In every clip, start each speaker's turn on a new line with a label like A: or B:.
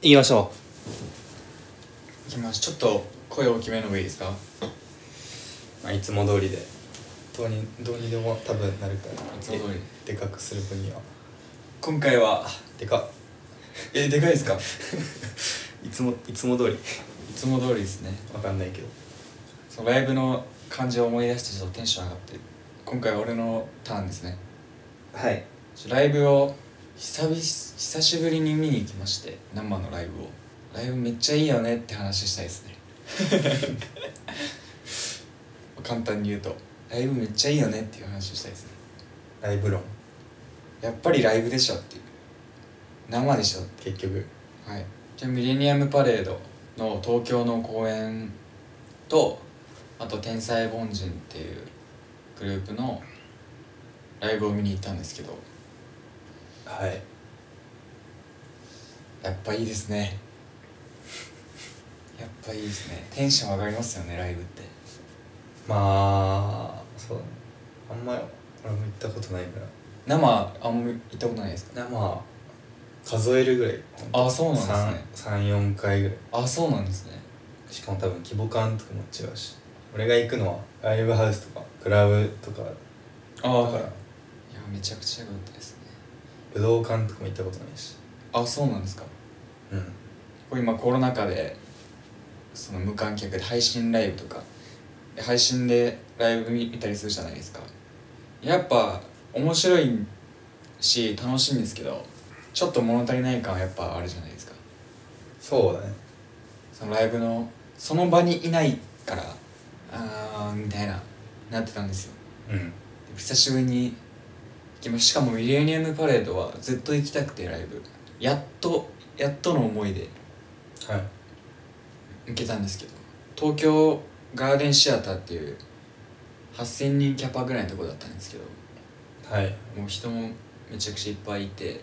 A: 言いましょ
B: いきますちょっと声大きめの方がいいですか、
C: まあ、いつも通りでどうにどうにでも多分なるから
B: いつも通り
C: でかくする分には
B: 今回は
C: でかっ
B: えでかいですか い
C: いつもいつも通り
B: つも通りですね
C: わかんないけど
B: そのライブの感じを思い出してちょっとテンション上がって今回は俺のターンですね
A: うはい
B: ちょライブを久々久しぶりに見に行きまして生のライブをライブめっちゃいいよねって話したいです ね簡単に言うとライブめっちゃいいよねっていう話をしたいですね
C: ライブ論
B: やっぱりライブでしょっていう生でしょ
C: 結局
B: はい、じゃあミレニアムパレードの東京の公演とあと「天才凡人」っていうグループのライブを見に行ったんですけど
C: はい
B: やっぱいいですね やっぱいいですねテンション上がりますよねライブって
C: まあそうだねあんまり俺も行ったことないから
B: 生あんま行ったことないですか
C: 生、まあ、数えるぐらい
B: あそうなんですね
C: 34回ぐらい
B: あそうなんですね
C: しかも多分規模感とかも違うし俺が行くのはライブハウスとかクラブとかだ
B: あ
C: か
B: いや
C: ら
B: めちゃくちゃ良かったですね
C: 武道館とかも行ったことないし
B: あそうなんですか
C: うん
B: これ今コロナ禍でその無観客で配信ライブとか配信でライブ見見たりするじゃないですかやっぱ面白いし楽しいんですけどちょっと物足りない感はやっぱあるじゃないですか
C: そうだね
B: そのライブのその場にいないからあーみたいななってたんですよ
C: うん
B: 久しぶりに行きましたしかもミレニアムパレードはずっと行きたくてライブやっとやっとの思いで
C: はい
B: 行けたんですけど東京ガーデンシアターっていう8,000人キャパぐらいのとこだったんですけど
C: はい
B: もう人もめちゃくちゃいっぱいいて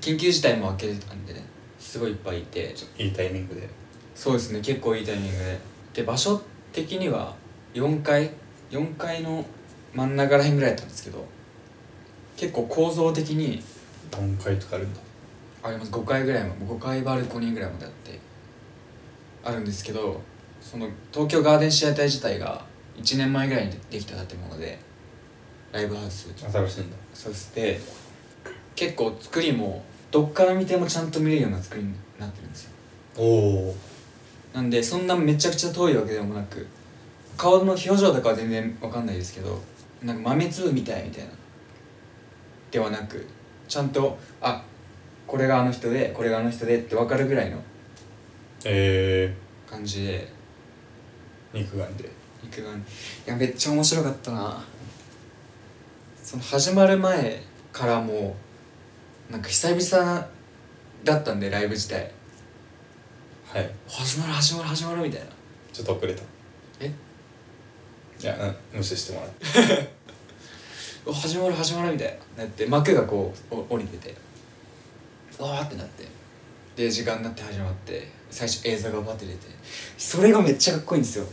B: 緊急事態も明けてたんでねすごいいっぱいいてちょ
C: いいタイミングで
B: そうですね結構いいタイミングでで場所的には4階4階の真ん中らへんぐらいだったんですけど結構構造的に
C: 何回とかあるんだ
B: あります5階ぐらいまで5階バルコニーぐらいまであってあるんですけどその東京ガーデンシアター自体が1年前ぐらいにできた建物でライブハウス
C: 新しいんだ
B: そして結構作りもどっから見てもちゃんと見れるような作りになってるんですよ
C: おお
B: なんでそんなめちゃくちゃ遠いわけでもなく顔の表情とかは全然わかんないですけどなんか豆粒みたいみたいなではなくちゃんとあこれがあの人でこれがあの人でって分かるぐらいの
C: え
B: 感じで
C: ー、肉眼で
B: 行くがいやめっちゃ面白かったなその始まる前からもうなんか久々だったんでライブ自体
C: はい
B: 始まる始まる始まるみたいな
C: ちょっと遅れた
B: え
C: いやな無視してもらって
B: うわ始まる始まるみたいななって幕がこうお降りててうわーってなってで時間になって始まって最初映像がバッて出てそれがめっちゃかっこいいんですよ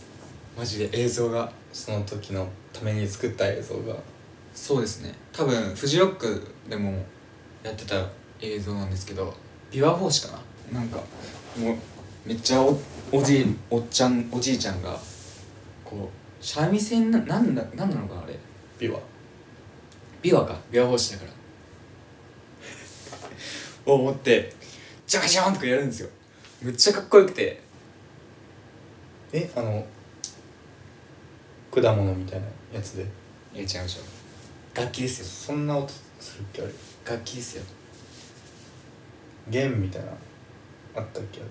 B: マジで映像が
C: その時のために作った映像が
B: そうですね多分フジロックでもやってた映像なんですけど琵琶法師かななんかもうめっちゃおおじいおっちゃんおじいちゃんがこう三味線ななんだなんなのかなあれ
C: 美は
B: 琵琶か琵琶法師だから を持ってジャカジャンとかやるんですよめっちゃかっこよくて
C: えあの果物みたいなやつで
B: いや違うでしょ楽器ですよ
C: そんな音するっけあれ
B: 楽器ですよ
C: 弦みたいなあったっけあれ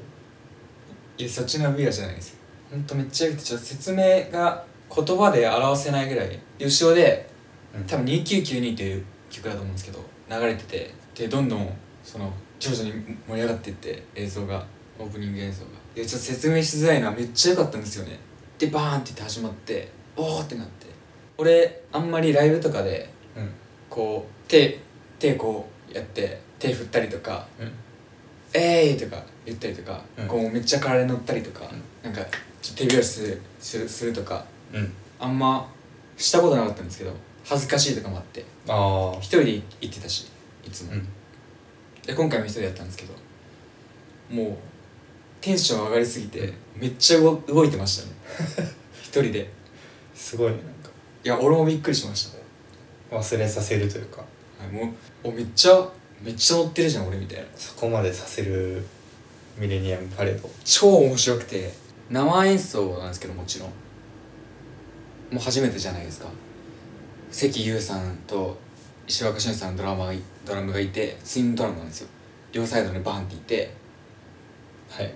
B: いやそっちのビアじゃないですよほんとめっちゃよくてちょっと説明が言葉で表せないぐらいで後ろで
C: うん
B: 多分2992っていう曲だと思うんですけど流れててでどんどんその徐々に盛り上がっていって映像がオープニング映像がでちょっと説明しづらいのはめっちゃ良かったんですよねでバーンって言って始まっておーってなって俺あんまりライブとかで
C: うん
B: こう手手こうやって手振ったりとか
C: うん
B: 「えーい!」とか言ったりとか、
C: うん
B: こうめっちゃ体に乗ったりとか、なんかちょっと手拍子するするするとか
C: うん
B: あんましたことなかったんですけど恥ずかしいとかもあって
C: ああ
B: 一人で行ってたしいつも、
C: うん
B: で今回も一人でやったんですけどもうテンション上がりすぎてめっちゃ動動いてましたね 一人です
C: ごいねなんか
B: いや俺もびっくりしました
C: 忘れさせるというか
B: はい、もうおめっちゃめっちゃ乗ってるじゃん俺みたいな
C: そこまでさせるミレニアムパレード
B: 超面白くて生演奏なんですけどもちろんもう初めてじゃないですか関優さんと石若俊さんのドラマがいドラムがいてツインドラムなんですよ両サイドにバンっていて
C: はい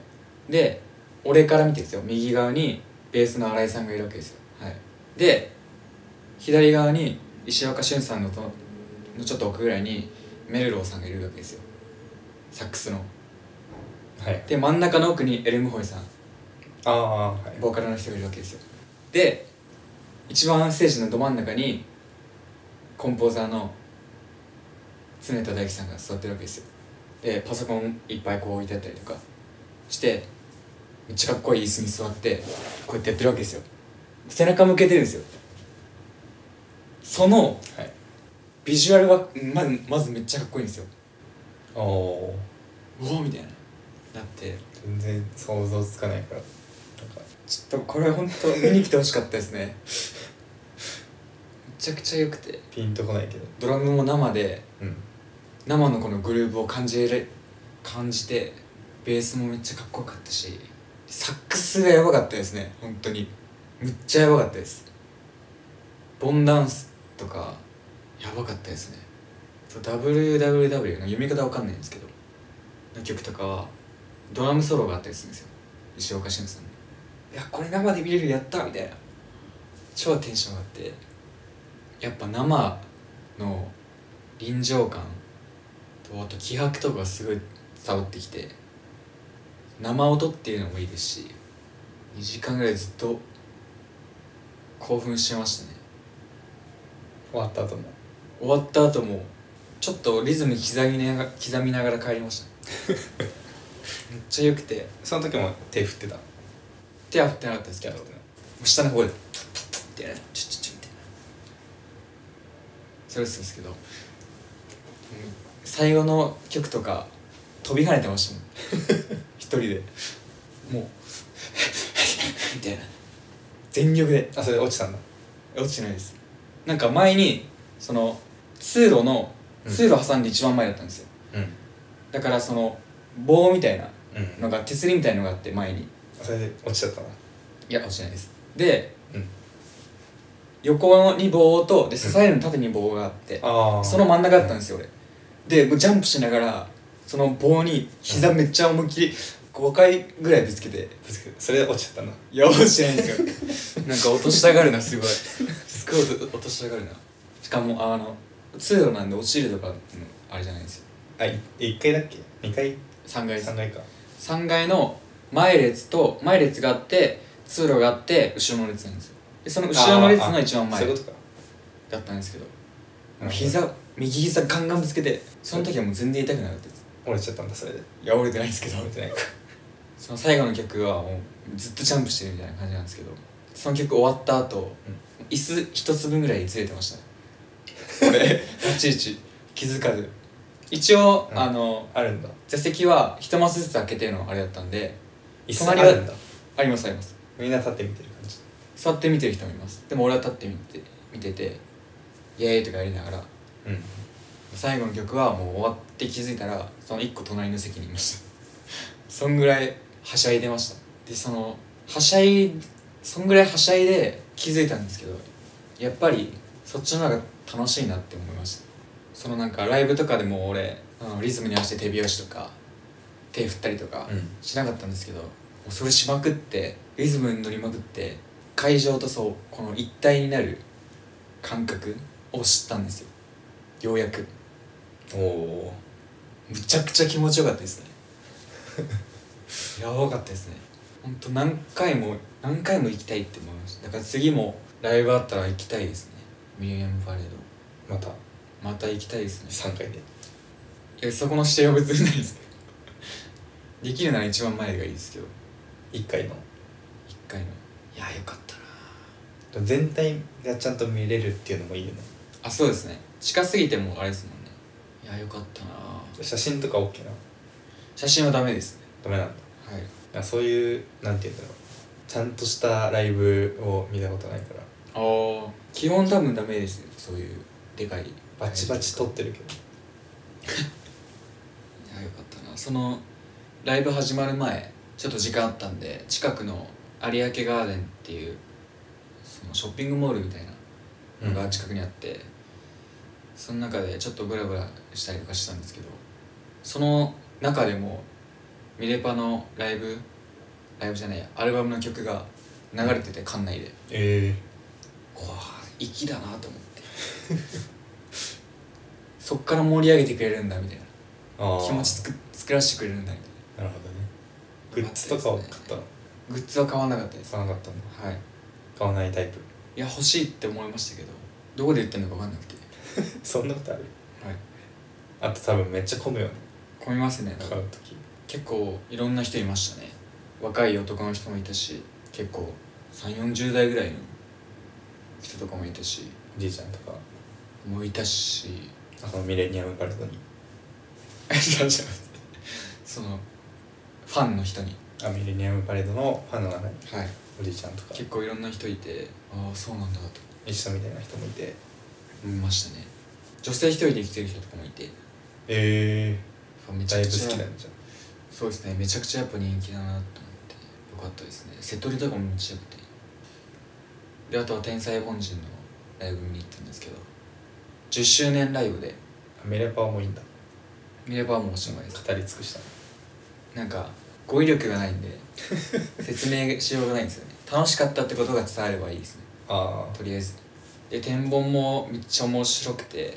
B: で俺から見てですよ右側にベースの新井さんがいるわけですよ、はい、で左側に石岡俊さんのとのちょっと奥ぐらいにメルローさんがいるわけですよサックスの
C: はい
B: で真ん中の奥にエルムホイさん
C: ああはい
B: ボーカルの人がいるわけですよで一番ステージのど真ん中にコンポーザーの常田大樹さんが座ってるわけですよでパソコンいっぱいこう置いてあったりとかしてめっちゃかっこいい椅子に座ってこうやってやってるわけですよ背中向けてるんですよその
C: はい
B: ビジュアルがままずめっちゃかっこいいんですよ
C: おおー
B: うおみたいななって
C: 全然想像つかないからなんか
B: ちょっとこれ本当見に来てほしかったですねめちゃくちゃ良くて
C: ピンとこないけど
B: ドラムも生で
C: うん
B: 生のこのグルーヴを感じれ感じてベースもめっちゃかっこよかったしサックスがやばかったですね本当にむっちゃやばかったですボンダンスとかやばかったですねそう WWW の読み方わかんないんですけどの曲とかはドラムソロがあったりするんですよ石岡俊さんのいやこれ生で見れるやったみたいな超テンション上がってやっぱ生の臨場感とあと気迫とかがすごい伝わってきて生音っていうのもいいですし2時間ぐらいずっと興奮してましたね
C: 終わった後も
B: 終わった後もちょっとリズム刻みなが刻みながら帰りましたねめっちゃ良くて
C: その時も手振ってた
B: 手は振ってなかったですけ
C: じゃ
B: ど
C: あ
B: もう下の方でみたいなチュッチュッチュみたいなそれですけどうん最後の曲とか飛び跳ねてましたもん一人でもう みたいな全力で
C: あそれ落ちたんだ
B: 落ちてないですなんか前にその通路の
C: うん
B: 通路挟んで一番前だったんですよ、
C: うん
B: だからその棒みたいな
C: うん
B: のが手すりみたいのがあって前に
C: それで落ちちゃったない
B: や落ちてないですで
C: うん
B: 横に棒とで支えるの縦に棒があって、
C: ああ
B: その真ん中だったんですすよ俺でもうジャンプしながらその棒に膝めっちゃ思いっきり5回ぐらいぶつけて
C: それで落ちちゃったんだ
B: いや落ちてないんですよ なんか落としたがるなすごいすごい落と落としたがるなしかもあの通路なんで落ちるとかのあれじゃないんですよ
C: あい1階だっけ2階
B: 3階です
C: 3階か
B: 3階の前列と前列があって通路があって後ろの列なんですよでその後ろの列の一番
C: あーあ
B: 前
C: そういうことか
B: だったんですけど
C: なるほど
B: 膝右膝ガンガンぶつけてその時はもう全然痛くなかったです
C: 折れちゃったんだそれで
B: いや折れてないですけど
C: 折れてないか
B: その最後の曲はもうずっとジャンプしてるみたいな感じなんですけどその曲終わった後、椅子一つ分ぐらいずれてま したね俺立ち位置気づかず一応、
C: うん
B: あの
C: あるんだ
B: 座席は一マスずつ開けてのあれだったんで
C: 椅子あ
B: 隣は
C: るんだ
B: ありますあります
C: みんな立って見てる感じ
B: 座って見てる人もいますでも俺は立って見て見ててイエーイとかやりながら
C: うん
B: 最後の曲はもう終わって気づいたらその1個隣の席にいましたそんぐらいはしゃいでましたでそのはしゃいそんぐらいはしゃいで気づいたんですけどやっぱりそっちの方が楽しいなって思いましたそのなんかライブとかでも俺あのリズムに合わせて手拍子とか手振ったりとか
C: うん
B: しなかったんですけど、もうそれしまくってリズムに乗りまくって会場とそうこの一体になる感覚を知ったんですよようやく
C: おお
B: むちゃくちゃ気持ちよかったですねやばかったですねほんと何回も何回も行きたいって思いましただから次もライブあったら行きたいですねミレニアムパレード
C: また
B: また行きたいですね
C: 3階で
B: いやそこの指定は別にないですけどできるなら一番前がいいですけど
C: 1階の
B: 一回のいやよかったな
C: 全体がちゃんと見れるっていうのもいいよね
B: あそうですね近すぎてもあれですもんねいやよかったな
C: 写真とか OK な
B: 写真はダメですね
C: ダメなんだい
B: はい
C: やそういうなんて言うんだろうちゃんとしたライブを見たことないから
B: ああ基本多分ダメですそういうでかい
C: バチバチ撮ってるけど
B: いやよかったなそのライブ始まる前ちょっと時間あったんで近くの有明ガーデンっていうそのショッピングモールみたいなのが近くにあって、その中でちょっとブラブラしたりとかしたんですけどその中でもミレパのライブライブじゃないやアルバムの曲が流れてて館内で
C: え
B: うわあ粋だなと思ってそっから盛り上げてくれるんだみたいな
C: えああ
B: 気持ち作作らせてくれるんだみたいな
C: なるほどねグッズとかを買ったの
B: グッズは買わなかったです
C: 買わなかったんだ
B: はい
C: 買わないタイプ
B: いや欲しいって思いましたけどどこで売ってるのか分かんなくて
C: そんなことある
B: はい
C: あと多分めっちゃ混むよね
B: 混みますね
C: 買う時
B: 結構いろんな人いましたね若い男の人もいたし結構3 4 0代ぐらいの人とかもいたし
C: おじいちゃんとか
B: もういたし
C: あそのミレニアムパレードに
B: そのファンの人に
C: あミレニアムパレードのファンの中に
B: はい
C: おじいちゃんとか
B: 結構いろんな人いてああそうなんだと
C: 一緒みたいな人もいて
B: 思いましたね女性一人で生きてる人とかもいて
C: え
B: め
C: え
B: ち
C: だ
B: ゃ
C: い
B: く
C: ぶ好
B: ちゃ
C: きなんじゃん
B: そうですねめちゃくちゃやっぱ人気だなと思ってよかったですねセトリとかもめっちゃよくてであとは天才凡人のライブ見に行ったんですけど10周年ライブで
C: あミレパはもういいんだ
B: 見ればもうおしまいです
C: 語り尽くした
B: なんか語彙力がないんで説明しようがないんですよね 楽しかったってことが伝わればいいですね
C: あ
B: とりあえずで展望もめっちゃ面白くて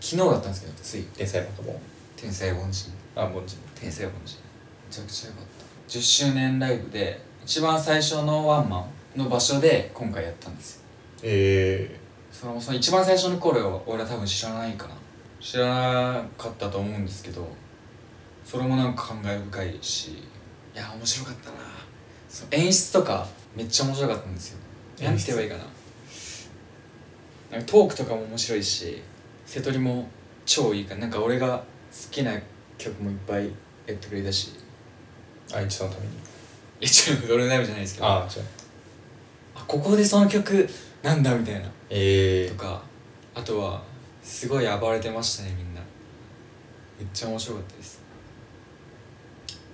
B: 昨日だったんですけどつい
C: 天才バカボン
B: 天才凡人
C: あ凡人
B: 天才かもしれないめちゃくちゃ良かった10周年ライブで一番最初のワンマンの場所で今回やったんですよ
C: え
B: そのその一番最初の頃は俺は多分知らないかな知らなかったと思うんですけどそれもなんか感慨深いしいや面白かったなその演出とかめっちゃ面白かったんですよ何て言えばいいかななんかトークとかも面白いし瀬戸りも超いいからなんか俺が好きな曲もいっぱいやってくれたし
C: えあいつのために
B: いや違う俺の悩みじゃないですけどあ
C: ああじゃあ
B: ここでその曲なんだみたいな
C: ええ
B: とかあとはすごい暴れてましたねみんなめっちゃ面白かったです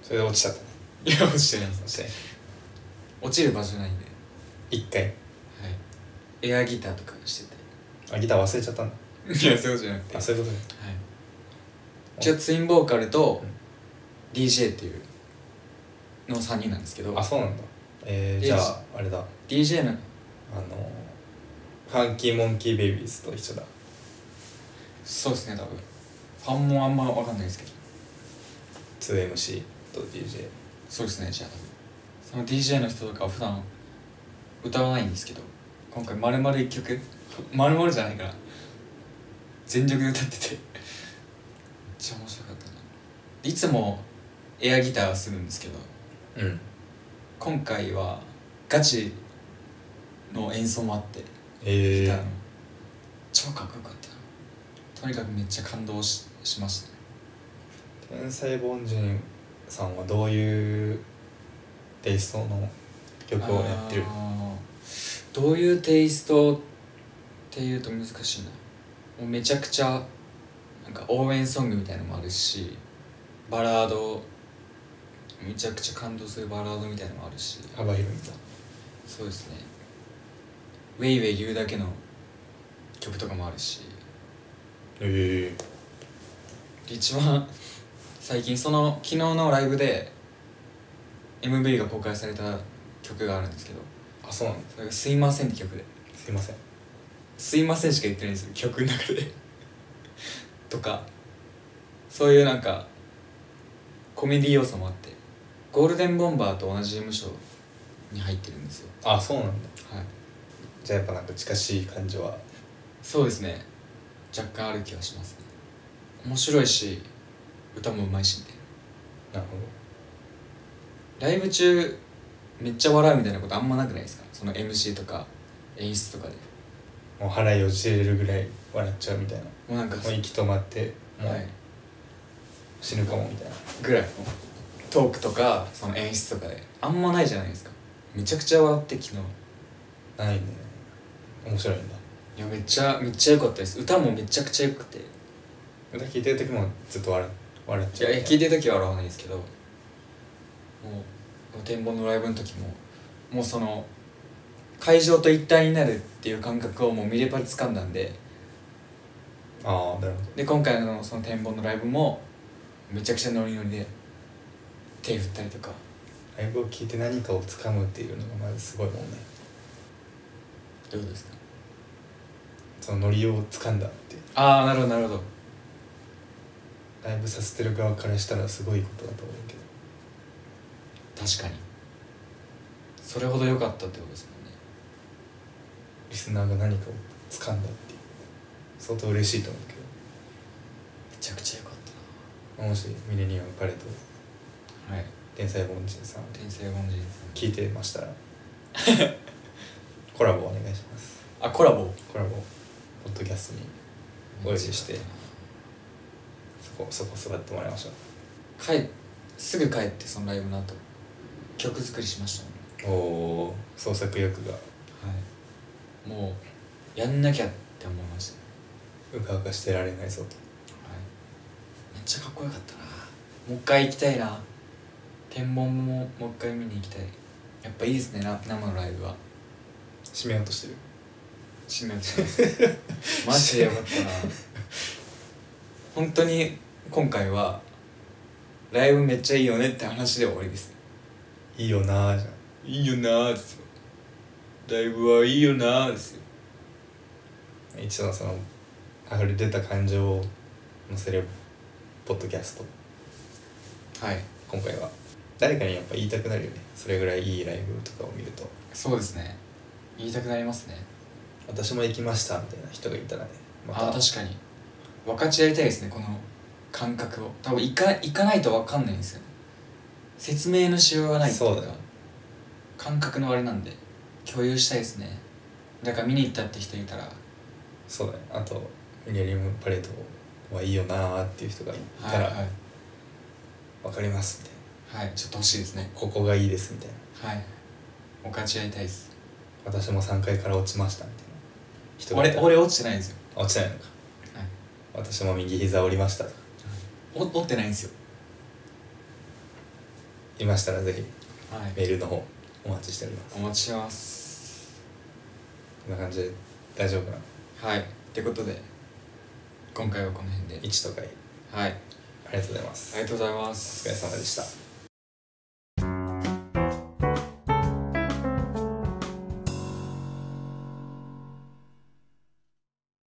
C: それで落ちちゃったね
B: いや落ちてない
C: 落ちて
B: 落ちる場所ないんで、は
C: 一回
B: い、エアギターとかして
C: あギター忘れちゃったんだ
B: ていやそういうことじゃなくて、
C: あ
B: はい、
C: そういうことね
B: じゃあツインボーカルと
C: うん
B: DJ っていうの3人なんですけど
C: あそうなんだえー、
B: え
C: じゃああれだあ
B: DJ の
C: のファンキーモンキーベイビーズと一緒だ
B: そうですね多分ファンもあんま分かんないですけど
C: 2MC と DJ
B: そうですねじゃあその DJ の人とかは普段歌わないんですけど今回丸々一曲丸々じゃないから全力で歌っててめっちゃ面白かったないつもエアギターをするんですけど
C: うん
B: 今回はガチの演奏もあって
C: え
B: ギ
C: え
B: ターの超かっこよかったなとにかくめっちゃ感動ししましたね
C: 天才凡人さんはどういうテイストの曲をやってる
B: あーどういうテイストっていうと難しいなもうめちゃくちゃなんか応援ソングみたいのもあるしバラードめちゃくちゃ感動するバラードみたいのもあるし
C: 幅広いんだ
B: そうですねウェイウェイ言うだけの曲とかもあるし
C: え
B: で一番最近その昨日のライブで MV が公開された曲があるんですけど
C: あそうなんだ
B: それが「すいません」って曲です
C: いません
B: すいませんしか言ってないんですよ曲の中で とかそういうなんかコメディ要素もあってゴールデンボンバーと同じ事務所に入ってるんですよ
C: あそうなんだ
B: はい
C: じゃあやっぱなんか近しい感じは
B: そうですね若干ある気はしますね面白いし歌もうまいしみたい
C: なるほ
B: なライブ中めっちゃ笑うみたいなことあんまなくないですかその MC とか演出とかで
C: どもう腹よじれるぐらい笑っちゃうみたいなも
B: もうなんか
C: う息止まっても
B: は
C: う
B: い
C: 死ぬかもみたいな
B: ぐらいトークとかその演出とかであんまないじゃないですかめちゃくちゃ笑って昨日
C: ないね面白いんだ
B: いやめっちゃめっちゃ良かったです歌もめちゃくちゃ良くてい
C: 歌聞いてる時もずっと笑笑っち
B: や
C: ゃう
B: いや聞いてる時は笑わないですけどもう展望のライブの時ももうその会場と一体になるっていう感覚をもう見れば掴んだんで
C: ああなるほ
B: で今回のその展望のライブもめちゃくちゃノリノリで手振ったりとか
C: どライブを聞いて何かをつかむっていうのがまずすごいもんね
B: どういうことですか
C: そのノリをつかんだって
B: ああなるほどなるほど
C: ライブさせてる側からしたらすごいことだと思うけど
B: 確かにそれほど良かったってことですもんね
C: リスナーが何かをつかんだっていう相当嬉しいと思うけ
B: めちゃくちゃ良かっ
C: どもしミレニアムパレード
B: たなはい
C: 天才凡人さん
B: 天才凡人さん
C: 聞いてましたらコラボお願いします
B: あコラボ
C: コラボポッドキャストにお呼びしてそこそこ座ってもらいましょ
B: 帰すぐ帰ってそのライブの後曲作りしましたもんね
C: うおお創作意欲が
B: はいもうやんなきゃって思いました、
C: うかうかしてられないぞと
B: はい、めっちゃかっこよかったなもう一回行きたいな天文ももう一回見に行きたいやっぱいいですねな生のライブは
C: 締めようとしてる
B: 死ぬやつマジでやばかったな本当に今回はライブめっちゃいいよねって話で終わりです
C: いいよなーじゃん
B: いいよなーですよライブはいいよなーですよ
C: 一度のその溢れ出た感情を乗せるポッドキャスト
B: はい
C: 今回は誰かにやっぱ言いたくなるよねそれぐらいいいライブとかを見ると
B: そうですね言いたくなりますね
C: 私も行きましたみたいな人がいたらねま
B: あ
C: た
B: あ確かに分かち合いたいですねこの感覚を多分行か行かないと分かんないんですよね説明のしようがないってい
C: そうだよ
B: 感覚のあれなんで共有したいですねだから見に行ったって人いたら
C: そうだねあとミレニアムパレードはいいよなーっていう人がいたら
B: はいはい
C: 分かりますみたいな
B: はい、ちょっと欲しいですね。
C: ここがいいですみたいな
B: はい。お勝ち合いたいです。
C: 私も3階から落ちましたみたいな人がい
B: 俺、
C: たら
B: 俺落ちてないんですよ。
C: あ落ちないのか
B: はい。
C: 私も右膝折りましたとか
B: お折ってないんですよ。
C: いましたらぜひ
B: は
C: メ
B: い。
C: ールの方お待ちしております
B: お
C: こ
B: 持ちします。
C: んな感じで大丈夫かな
B: はい。ってことで、今回はこの辺で。
C: 1とかい
B: はい。あ
C: ありがとうございます
B: りがとうございま
C: お
B: す。
C: 疲れ様でした